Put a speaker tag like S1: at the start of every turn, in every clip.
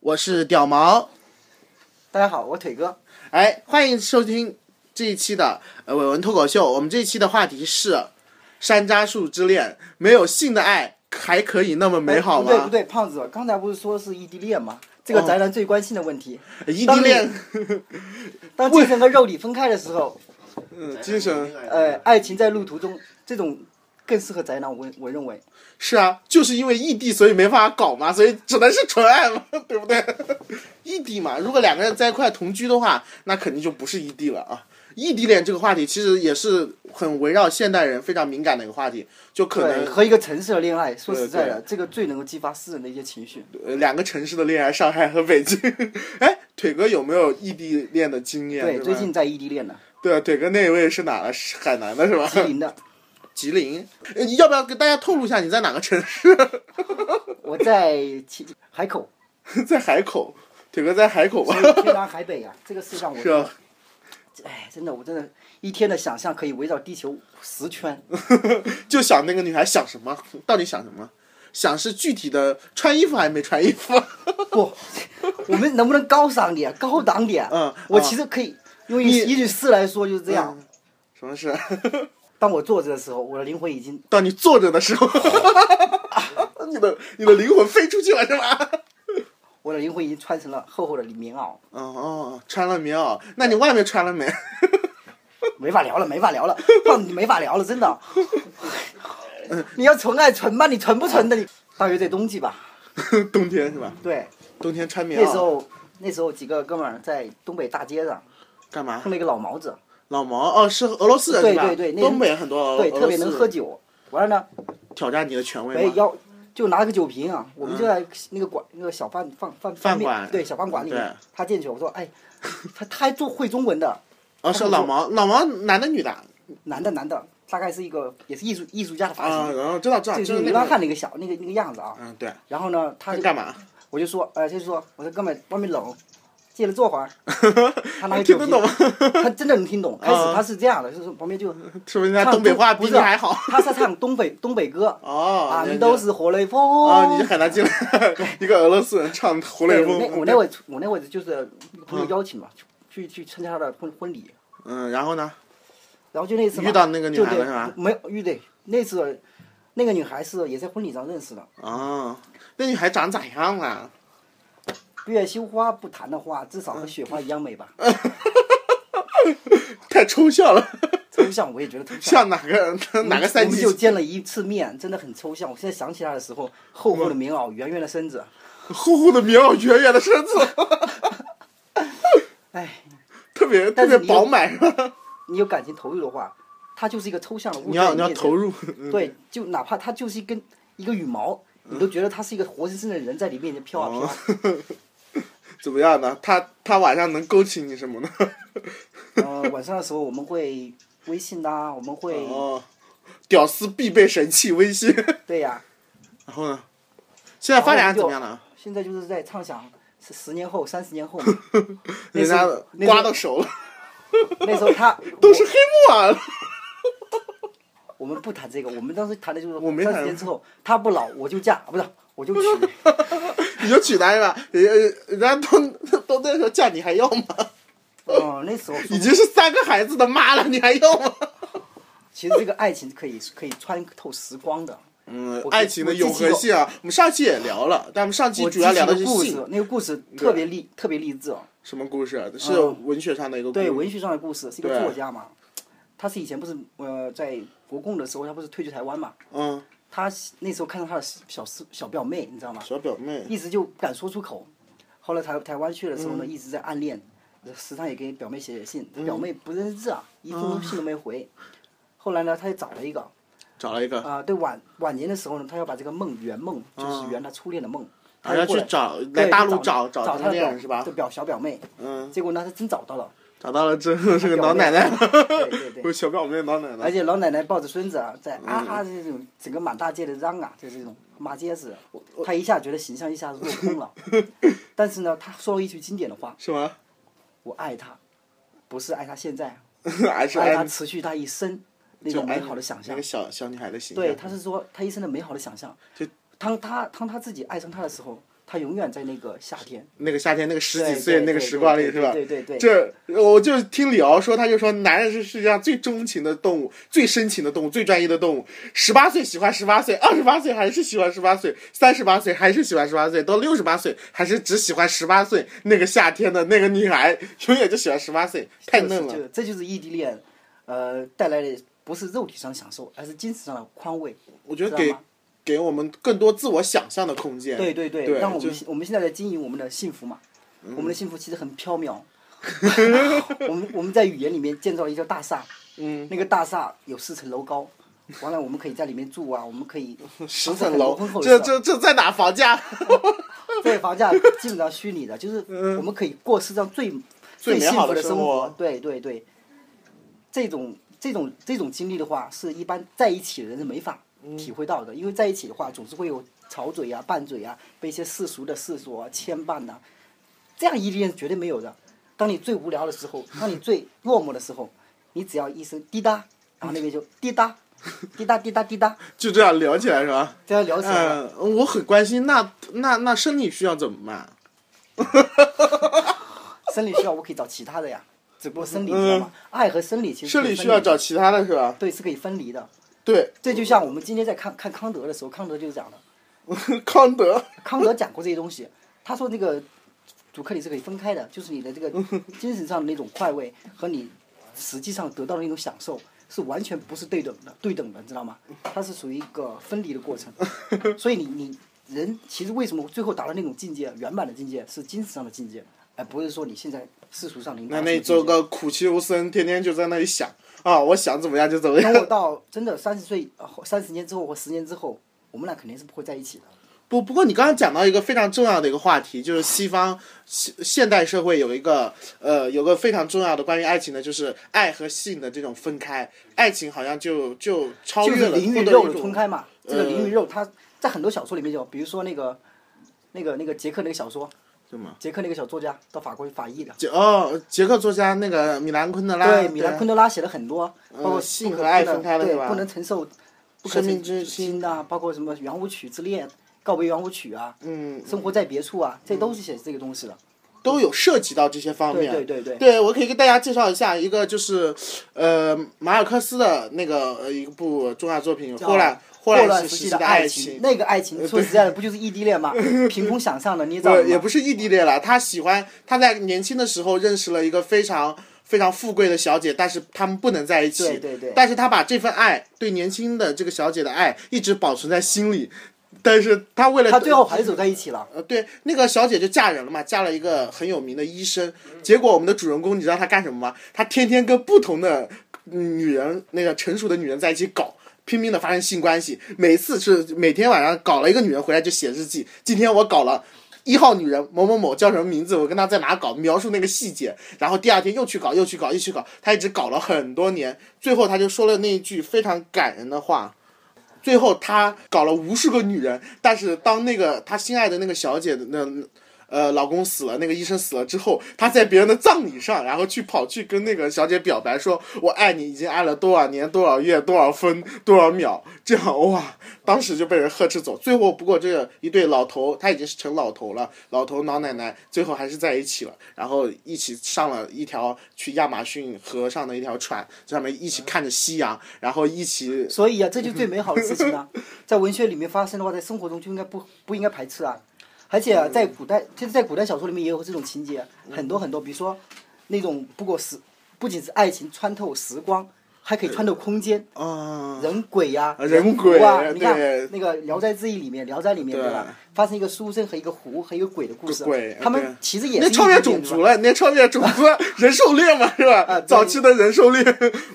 S1: 我是屌毛，
S2: 大家好，我腿哥。
S1: 哎，欢迎收听这一期的呃伟文脱口秀。我们这一期的话题是山楂树之恋，没有性的爱还可以那么美好
S2: 哦哎不对不
S1: 吗？
S2: 对，胖子，刚才不是说是异地恋吗？这个宅男最关心的问题。
S1: 异地恋，哦
S2: 当精神和肉体分开的时候，
S1: 嗯，精神
S2: 呃，爱情在路途中，这种更适合宅男，我我认为。
S1: 是啊，就是因为异地，所以没办法搞嘛，所以只能是纯爱嘛， 对不对？异地嘛，如果两个人在一块同居的话，那肯定就不是异地了啊。异地恋这个话题其实也是很围绕现代人非常敏感的一个话题，就可能
S2: 对，和一个城市的恋爱，说实在
S1: 对
S2: 的，这个最能够激发诗人的一些情绪。
S1: 呃，两个城市的恋爱，上海和北京。 哎，腿哥有没有异地恋的经验？
S2: 对，
S1: 吧
S2: 最近在异地 恋呢，
S1: 对啊腿哥那一位是哪了？是海南的是吧？
S2: 吉林的，
S1: 吉林。呃要不要给大家透露一下你在哪个城市？
S2: 我在其海口，
S1: 在海口。腿哥在海口吧？
S2: 所以天南海北啊，这个世上我
S1: 是吧？
S2: 哎，真的，我真的，一天的想象可以围绕地球十圈。
S1: 就想那个女孩想什么？到底想什么？想是具体的穿衣服还是没穿衣服？
S2: 不，我们能不能高尚点、高档点？
S1: 嗯
S2: 我
S1: 嗯
S2: 其实可以用一一句诗来说，就是这样。
S1: 什么事？
S2: 当我坐着的时候，我的灵魂已经
S1: 当你坐着的时候， 你的你的灵魂飞出去了是吧？
S2: 我的灵魂已经穿成了厚厚的棉袄，
S1: 哦哦，穿了没有？那你外面穿了没？
S2: 没法聊了，没法聊了，胖子你没法聊了，真的。 你要纯爱纯吧，你纯不纯的？你大约在冬季吧。
S1: 冬天是吧？
S2: 对，
S1: 冬天穿棉袄。
S2: 那时候那时候几个哥们儿在东北大街上
S1: 干嘛
S2: 碰？了一个老毛子，
S1: 老毛哦，是俄罗斯人
S2: 对
S1: 是吧？
S2: 对对那
S1: 东北很多俄
S2: 对，
S1: 俄罗斯
S2: 特别能喝
S1: 人
S2: 酒。完了呢，
S1: 挑战你的权威
S2: 没
S1: 嘛。
S2: 哎要就拿了个酒瓶啊，我们就在那个馆那个小饭饭饭
S1: 嗯饭
S2: 面
S1: 馆
S2: 对小饭馆里
S1: 对
S2: 面，他进去我说哎， 他他还做会中文的，
S1: 哦，是老毛，老毛男的女的啊？
S2: 男的男的，大概是一个也是艺术艺术家的发型，
S1: 啊然后知道知道，
S2: 就
S1: 就是是
S2: 流浪
S1: 那个。
S2: 汉那个小那个那个样子啊。
S1: 嗯，对。
S2: 然后呢，他
S1: 他
S2: 就
S1: 干嘛？
S2: 我就说呃，他就说我说哥们儿外面冷，借着坐 会儿。他拿个
S1: 听得
S2: 酒瓶
S1: 懂吗，
S2: 他真的能听懂。开始
S1: 啊
S2: 他是这样的，就是旁边就
S1: 说明他
S2: 唱
S1: 东北话比
S2: 不
S1: 你
S2: 是
S1: 还好。
S2: 他是唱东北东北歌
S1: 哦，
S2: 啊，
S1: 那
S2: 俺
S1: 你
S2: 都是活雷锋
S1: 啊，你就喊他进来， 一个俄罗斯人唱《胡
S2: 对，
S1: 雷锋
S2: 我那》。我那会我那会就是朋友邀请嘛，去去参加他的婚婚礼，
S1: 嗯，然后呢？
S2: 然后就那次嘛
S1: 遇到那个女孩
S2: 就对
S1: 了是吧
S2: 没有遇对那次，那个女孩是也在婚礼上认识的。
S1: 啊，那女孩长咋样了？
S2: 月羞花不谈的话，至少和雪花一样美吧。
S1: 嗯太抽象了，
S2: 抽象我也觉得抽象。
S1: 像哪个 哪个三
S2: 我们
S1: 级？
S2: 就见了一次面，真的很抽象。我现在想起来的时候，厚
S1: 嗯
S2: 厚的棉袄，圆圆的身子，
S1: 厚厚的棉袄，圆圆的身子，
S2: 哎，
S1: 特别特
S2: 但
S1: 别
S2: 是你又
S1: 饱满，是吧？
S2: 你有感情投入的话，它就是一个抽象的物质。
S1: 你要你要投
S2: 入。
S1: 入，嗯
S2: 对，就哪怕它就是一根一个羽毛，
S1: 嗯
S2: 你都觉得它是一个活生生的人在你面前飘啊
S1: 哦
S2: 飘。
S1: 怎么样呢？他他晚上能勾起你什么呢？
S2: 呃，晚上的时候我们会微信呐、我们会
S1: 哦， 屌丝必备神器微信。
S2: 对呀、
S1: 然后呢？现在发展怎么样了？
S2: 现在就是在畅想十十年后、三十年 后嘛，
S1: 人家
S2: 那时候
S1: 刮到手了，
S2: 那时候他
S1: 都是黑木耳。
S2: 我我们不谈这个，我们当时谈的就是
S1: 我没谈
S2: 三十年之后他不老我就嫁，不是我就娶，
S1: 你就娶她是吧？人家人家都 都那时候嫁你还要吗？
S2: 嗯、那时候
S1: 已经是三个孩子的妈了，你还要吗？
S2: 其实这个爱情可以可以穿透时光的。
S1: 嗯
S2: 我，
S1: 爱情的永恒性啊，我们上期也聊了，但我们上期
S2: 我
S1: 主要聊的
S2: 记
S1: 是
S2: 起个故
S1: 性
S2: 事，，那个故事特别励特别励志哦，
S1: 什么故事？啊是
S2: 嗯
S1: 文学上的一个故
S2: 对
S1: 事。
S2: 文学上的故事，是一个
S1: 对
S2: 作家嘛，他是以前不是呃在国共的时候他不是退居台湾嘛，
S1: 嗯，
S2: 他那时候看到他的小师小表妹，你知道吗？
S1: 小表妹，
S2: 一直就不敢说出口。后来台台湾去的时候
S1: 嗯
S2: 呢，一直在暗恋，时常也给表妹写写信，表妹不认字啊，一封信都没回。
S1: 嗯
S2: 后来呢，他又找了一个
S1: 找了一个，
S2: 啊、对晚晚年的时候呢，他要把这个梦圆梦，就是圆他初恋的梦，他
S1: 还嗯要
S2: 就过
S1: 去
S2: 来
S1: 找
S2: 对
S1: 来大陆
S2: 就找
S1: 找
S2: 找
S1: 他的恋
S2: 表
S1: 人是吧
S2: 就？表小表妹，
S1: 嗯，
S2: 结果呢，他真找到了，
S1: 找到了之后是个老奶奶，
S2: 对对对。
S1: 我小表妹老奶
S2: 而
S1: 奶，
S2: 且老奶奶抱着孙子啊，在啊啊这种整个满大街的嚷啊，就是这种骂街似的。他一下觉得形象一下子落空 了，但是呢，他说了一句经典的话：“
S1: 是吗？
S2: 我爱他，不是爱他现在，
S1: 还是
S2: 爱他
S1: 按
S2: 持续他一生那
S1: 就
S2: 种美
S1: 按
S2: 好的想
S1: 那
S2: 象
S1: 个。小小女孩的形象。
S2: 对，他是说他一生的美好的想象。当他当他自己爱上他的时候，他永远在那个夏天，
S1: 那个夏天，那个十
S2: 对
S1: 几岁
S2: 对
S1: 那个
S2: 对
S1: 时
S2: 对
S1: 光
S2: 对
S1: 里，是吧？
S2: 对对对，
S1: 这我就听李敖说，他就说男人是世界上最钟情的动物，最深情的动物，最专一的动物。十八岁喜欢十八岁，二十八岁还是喜欢十八岁，三十八岁还是喜欢十八岁，到六十八岁还是只喜欢十八岁那个夏天的那个女孩，永远就喜欢十八岁，太嫩了。
S2: 就这就是异地恋，呃，带来的不是肉体上的享受，而是精神上的宽慰。
S1: 我觉得
S2: 知道
S1: 给
S2: 吗
S1: 给我们更多自我想象的空间。
S2: 对对对，
S1: 对
S2: 让我
S1: 就嗯
S2: 们现我们现在在经营我们的幸福嘛，我们的幸福其实很缥 缈。我们我们在语言里面建造了一座大厦，
S1: 嗯，
S2: 那个大厦有四层楼高，完了我们可以在里面住啊，我们可以
S1: 十
S2: 享受
S1: 层
S2: 很多
S1: 楼
S2: 丰厚，的
S1: 这
S2: 生
S1: 这
S2: 活
S1: 这在哪房价？
S2: 这个房价基本上虚拟的，就是我们可以过世上最
S1: 嗯最美
S2: 幸
S1: 好
S2: 福
S1: 的
S2: 的
S1: 生
S2: 活
S1: 活。
S2: 对对对，这种这种这种经历的话，是一般在一起的人是没法
S1: 嗯
S2: 体会到的，因为在一起的话，总是会有吵嘴啊、拌嘴啊，被一些世俗的世俗啊牵绊呐、这样异地恋是绝对没有的。当你最无聊的时候，当你最落寞的时候，你只要一声滴答，然后那边就滴答，滴答滴答滴答，
S1: 就这样聊起来是吧？
S2: 这样聊起来了。
S1: 嗯、我很关心，那那那生理需要怎么办？
S2: 生理需要我可以找其他的 呀，只不过生理知道吗？爱和生理其实是
S1: 嗯生
S2: 可以
S1: 理
S2: 分
S1: 需要
S2: 离的
S1: 找其他的是吧？
S2: 对是可以分离的。
S1: 对，
S2: 这就像我们今天在看看康德的时候，康德就是讲的，
S1: 康德，
S2: 康德讲过这些东西，他说那个主客体是可以分开的，就是你的 这个精神上的那种快慰和你实际上得到的那种享受是完全不是对等的，对等的，你知道吗？它是属于一个分离的过 程，所以你你人其实为什么最后达到那种境界，圆满的境界是精神上的境界，而不是说你现在世俗上领
S1: 那
S2: 导的
S1: 那
S2: 境界
S1: 周个苦其无声，天天就在那里想啊，我想怎么样就怎么
S2: 等我
S1: 样。
S2: 到真的三十岁、三十年之后或十年之后，我们俩肯定是不会在一起的。
S1: 不，不过你刚刚讲到一个非常重要的一个话题，就是西方现现代社会有一个呃有个非常重要的关于爱情的，就是爱和性的这种分开，爱情好像就就超
S2: 就
S1: 越
S2: 是
S1: 了
S2: 灵
S1: 获
S2: 与
S1: 得
S2: 肉
S1: 一
S2: 的分
S1: 种
S2: 开嘛。这个灵
S1: 呃
S2: 与肉，它在很多小说里面有，比如说那个、那个、那个捷克那个小说，
S1: 什么？
S2: 捷克那个小作家到法国去法译的，啊
S1: 捷哦，捷克作家那个米兰昆德拉，
S2: 对，米兰昆德拉写了很多，包括
S1: 嗯性
S2: 不
S1: 和
S2: 可
S1: 爱
S2: 不能
S1: 分开了是吧
S2: 对，不能承受，不可
S1: 生命
S2: 承
S1: 之
S2: 心呐，包括什么圆舞曲之恋、告别圆舞曲啊，
S1: 嗯，
S2: 生活在别处啊，这都是写这个东西的。
S1: 都有涉及到这些方面。
S2: 对对对对
S1: 我可以跟大家介绍一下一个就是，呃，马尔克斯的那个呃一部重要作品《霍乱
S2: 霍
S1: 乱
S2: 时
S1: 期
S2: 期的
S1: 爱
S2: 情，那个爱情说实在的，不就是异 地恋吗？凭空想象的，你也知道
S1: 不
S2: 的
S1: 是呃也
S2: 嘛。
S1: 不是异地恋了，他喜欢他在年轻的时候认识了一个非常非常富贵的小姐，但是他们不能在一起。
S2: 对对对
S1: 但是他把这份爱对年轻的这个小姐的爱一直保存在心里，但是他为了
S2: 他最后还是走在一起了。
S1: 呃，对，那个小姐就嫁人了嘛，嫁了一个很有名的医生。结果我们的主人公，你知道他干什么吗？他天天跟不同的嗯女人，那个成熟的女人在一起搞。拼命的发生性关系，每次是每天晚上搞了一个女人回来就写日记。今天我搞了一号女人某某某，叫什么名字？我跟她在哪搞，描述那个细节。然后第二天又去搞，又去搞，又去搞，她一直搞了很多年。最后她就说了那一句非常感人的话，最后他搞了无数个女人，但是当那个他心爱的那个小姐的那。呃，老公死了，那个医生死了之后，他在别人的葬礼上，然后去跑去跟那个小姐表白说，我爱你，已经爱了多少年、多少月、多少分、多少秒，这样哇，当时就被人呵斥走。最后，不过这个一对老头，他已经是成老头了，老头老奶奶，最后还是在一起了，然后一起上了一条去亚马逊河上的一条船，在上面一起看着夕阳，然后一起
S2: 所以啊，这就是最美好的事情 啊！在文学里面发生的话，在生活中就应该不不应该排斥啊！而且、啊、在古代，其实，在古代小说里面也有这种情节，很多很多，比如说那种不过时，不仅是爱情穿透时光，还可以穿透空间，
S1: 啊。
S2: 人鬼呀、
S1: 人鬼
S2: 狐啊！你看
S1: 对
S2: 那个《聊斋志异》里面，《聊斋》里面
S1: 对
S2: 对吧？发生一个书生和一个狐和一个鬼的故事
S1: 鬼，啊
S2: 他
S1: 对
S2: 们其实也
S1: 那
S2: 是
S1: 超
S2: 异
S1: 越
S2: 地
S1: 种
S2: 恋对吧啊
S1: 族了，那超越种族了人狩猎嘛，是吧？
S2: 对
S1: 早期的人狩猎，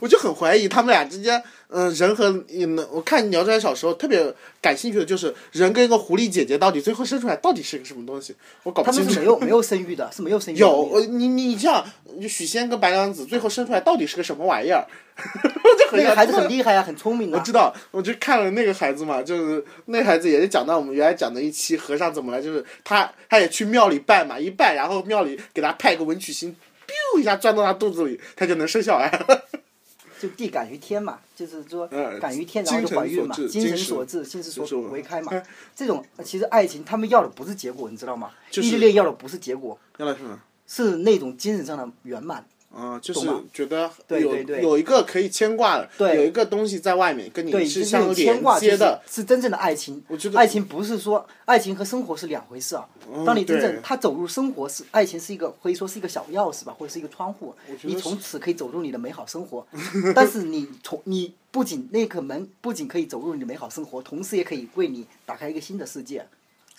S1: 我就很怀疑他们俩之间，嗯、人和嗯，我看《聊斋》小说特别感兴趣的就是人跟一个狐狸姐姐到底最后生出来到底是个什么东西，我搞不
S2: 他
S1: 清
S2: 们是
S1: 楚
S2: 没。 有没有生育的，是没有生育的。
S1: 有呃你你像许仙跟白娘子最后生出来到底是个什么玩意儿？ 我就很
S2: 那
S1: 想
S2: 个孩子
S1: 知道
S2: 很厉害啊呀、很聪明的、
S1: 我知道，我就看了那个孩子嘛，就是那孩子也是讲到我们原来讲的一期和尚怎么了，就是他他也去庙里拜嘛，一拜然后庙里给他派个文曲星，biu 一下钻到他肚子里，他就能生小孩了。
S2: 就地感于天嘛，就是说
S1: 嗯
S2: 感于天，然后就怀孕嘛，
S1: 精
S2: 精
S1: 神
S2: 神
S1: 所
S2: 所
S1: 致
S2: 致，心
S1: 精
S2: 之
S1: 神
S2: 所
S1: 所
S2: 为开嘛。这种呃其实爱情，他们要的不是结果，你知道吗？
S1: 就
S2: 异
S1: 是
S2: 地恋要的不是结果，
S1: 要的是什么？
S2: 是那种精神上的圆满。
S1: 啊、就是
S2: 懂吧
S1: 觉得
S2: 对
S1: 有
S2: 对对
S1: 有一个可以牵挂的，
S2: 对
S1: 有一个东西在外面跟
S2: 对，
S1: 你
S2: 就是是那
S1: 相
S2: 种牵
S1: 连
S2: 挂，就
S1: 接
S2: 是
S1: 的，
S2: 是真正的爱情。
S1: 我觉得嗯
S2: 爱情不是说爱情和生活是两回事啊。当你真
S1: 对
S2: 正他走入生活是爱情是一个可以说是一个小钥匙吧，或者是一个窗户，你从此可以走入你的美好生活。但是你从你不仅那个门不仅可以走入你的美好生活，同时也可以为你打开一个新的世界，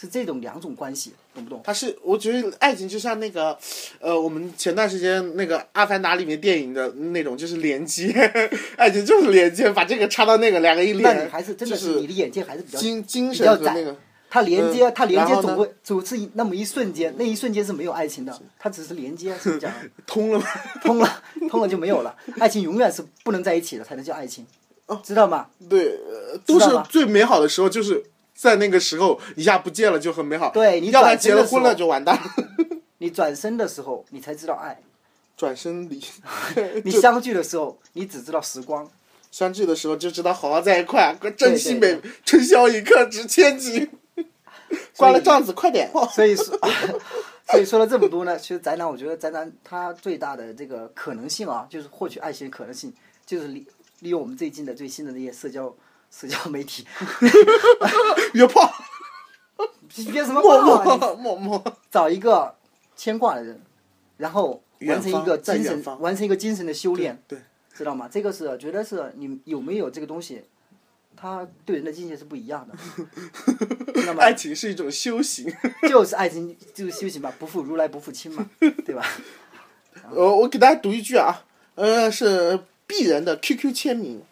S2: 是这种两种关系，懂不懂？
S1: 它是我觉得爱情就像那个，呃，我们前段时间那个《阿凡达》里面电影的那种，就是连接， 爱情就是连接，把这个插到那个，两个一
S2: 那
S1: 连，
S2: 你还是真的
S1: 就是
S2: 你的眼界还是比较
S1: 精精
S2: 比
S1: 神
S2: 较
S1: 和
S2: 窄
S1: 那个，
S2: 它连接，
S1: 嗯
S2: 它连
S1: 然后
S2: 接
S1: 呢
S2: 总会总是一那么一瞬间，那一瞬间是没有爱情的，它只是连接，是不是讲
S1: 通了 吗？
S2: 通了，通了就没有了。爱情永远是不能在一起的，才能叫爱情，
S1: 哦
S2: 知道吗？
S1: 对，呃都是
S2: 知道吧
S1: 最美好的时候，就是在那个时候一下不见了就很美好。
S2: 对你
S1: 要他
S2: 转身
S1: 结了
S2: 的时
S1: 婚了
S2: 候
S1: 就完蛋了。
S2: 你转身的时候，你才知道爱；
S1: 转身离，
S2: 你相聚的时候，你只知道时光。
S1: 相聚的时候就知道好好在一块，珍惜
S2: 对
S1: 每春宵一刻值千 金。关了帐子，快点！
S2: 所以说， 所以说了这么多呢，其实宅男，我觉得宅男他最大的这个可能性啊，就是获取爱情的可能性，就是利利用我们最近的最新的那些社交社交媒体，
S1: 约炮，
S2: 别什么
S1: 默
S2: 话啊，
S1: 默默 默。
S2: 找一个牵挂的人，然后完成一
S1: 远
S2: 个
S1: 方在
S2: 精
S1: 远方
S2: 神完成一个精神的修炼，
S1: 对，
S2: 知道吗？这个是觉得是你有没有这个东西，它对人的境界是不一样的。 那么
S1: 爱情是一种修行。
S2: 就是爱情就是修行嘛，不负如来不负卿 嘛，对吧？
S1: 呃，我给大家读一句啊，呃，是鄙人的 QQ 签名。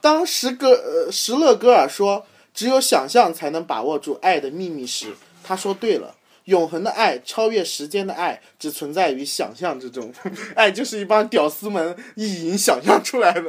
S1: 当时格呃石勒格尔说：“只有想象才能把握住爱的秘密”时，他说对了。永恒的爱，超越时间的爱，只存在于想象之中。 爱就是一帮屌丝们意淫想象出来的。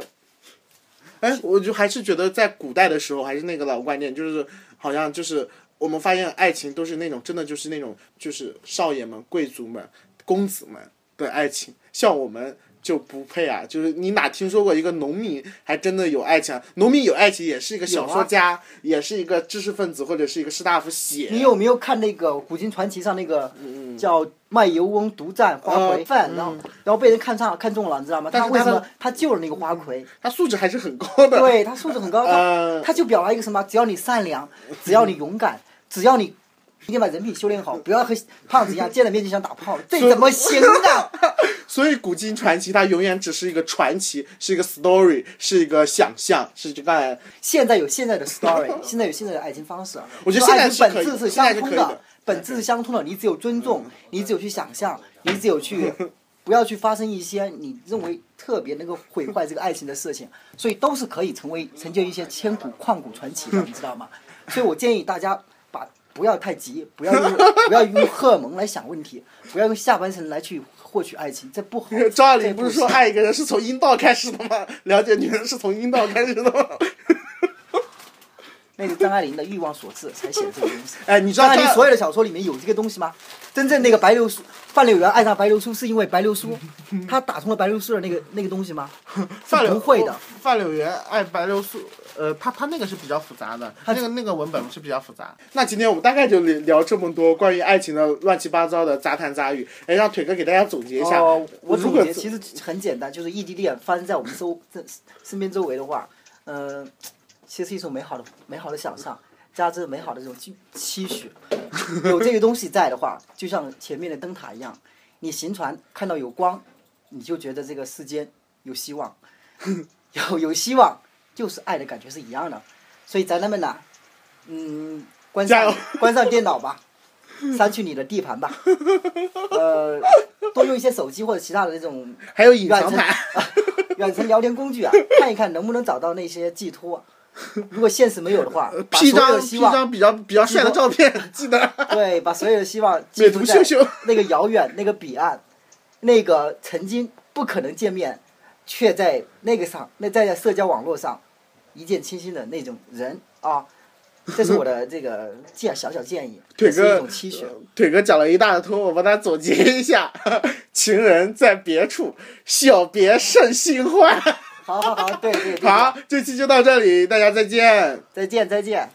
S1: 哎，我就还是觉得在古代的时候，还是那个老观念，就是好像就是我们发现爱情都是那种真的就是那种就是少爷们、贵族们、公子们的爱情，像我们就不配啊！就是你哪听说过一个农民还真的有爱情、啊？农民有爱情也是一个小说家，也是一个知识分子或者是一个士大夫写。
S2: 你有没有看那个《古今传奇》上那个
S1: 嗯
S2: 叫卖油翁独占花魁犯，然后然后被人看上看中了，你知道吗？
S1: 但
S2: 他
S1: 是
S2: 为
S1: 他
S2: 什
S1: 的
S2: 么他救了那个花魁？
S1: 他素质还是很高的。
S2: 对他素质很高，
S1: 呃嗯
S2: 他他就表达一个什么？只要你善良，只要你勇敢，只要你一定把人品修炼好，不要和胖子一样见了面就想打炮，这怎么行啊？
S1: 所以古今传奇它永远只是一个传奇，是一个 story，是一个想象，是这个。
S2: 现在有 现在的 story，现在有现在的爱情方式。
S1: 我觉得
S2: 说
S1: 现在
S2: 爱情
S1: 是可以
S2: 本
S1: 的
S2: 质是相
S1: 现在是
S2: 通
S1: 可以的嗯
S2: 本质是相通的。你只有尊重，你只有去想象，你只有 去不要去发生一些你认为特别能够毁坏这个爱情的事情，所以都是可以成为成就一些千古旷古传奇 的，你知道吗？所以我建议大家把不要太急，不要用 不要用荷尔蒙来想问题，不要用下半身来去获取爱情，这 不好。
S1: 张爱
S2: 这
S1: 玲不
S2: 不
S1: 是说
S2: 行
S1: 爱一个人是从阴道开始的吗？了解女人是从阴道开始的吗？
S2: 那是张爱玲的欲望所致才写的这个东西。
S1: 哎，你知
S2: 张
S1: 道
S2: 爱
S1: 张
S2: 玲所有的小说里面有这个东西吗？真正那个白流苏，范柳园爱上白流苏是因为白 流苏，她打通了白流苏的那个那个东西吗？是
S1: 柳
S2: 不会的，
S1: 范柳园爱白流苏，呃，他他那个是比较复杂的，那个那个文本是比较复杂。那今天我们大概就聊聊这么多关于爱情的乱七八糟的杂谈杂语，哎，让腿哥给大家总结一下。
S2: 哦，我
S1: 如
S2: 总
S1: 果
S2: 结其实很简单，就是异地恋发生在我们周 这身边周围的话，呃，其实是一种美好的美好的想象，加之美好的这种期期许，有这个东西在的话，就像前面的灯塔一样，你行船看到有光，你就觉得这个世间有希望， 有有希望，就是爱的感觉是一样的，所以宅男们呐，嗯，关
S1: 加
S2: 上
S1: 油
S2: 关上电脑吧。删去你的地盘吧，呃，多用一些手机或者其他的这种
S1: 还有隐
S2: 远
S1: 藏
S2: 程、
S1: 版
S2: 啊。 远程聊天工具啊，看一看能不能找到那些寄托。如果现实没有的话，把
S1: P
S2: 所
S1: 张
S2: 有
S1: 呃
S2: 的
S1: P
S2: 希望，
S1: 张比较比较帅的照片，记得。
S2: 对，把所有的希望
S1: 美
S2: 寄
S1: 图
S2: 托
S1: 秀
S2: 在
S1: 秀
S2: 那个遥远、那个彼岸、那个曾经不可能见面，却在那个上、那在社交网络上一见倾心的那种人啊。这是我的这个建小小建议，
S1: 腿
S2: 这是一
S1: 哥
S2: 种期许。，
S1: 腿哥讲了一大通，我帮他总 结一下：情人在别处，小别胜新欢。
S2: 好好好，对对对，
S1: 好，这期就到这里，大家再见。
S2: 再见再见。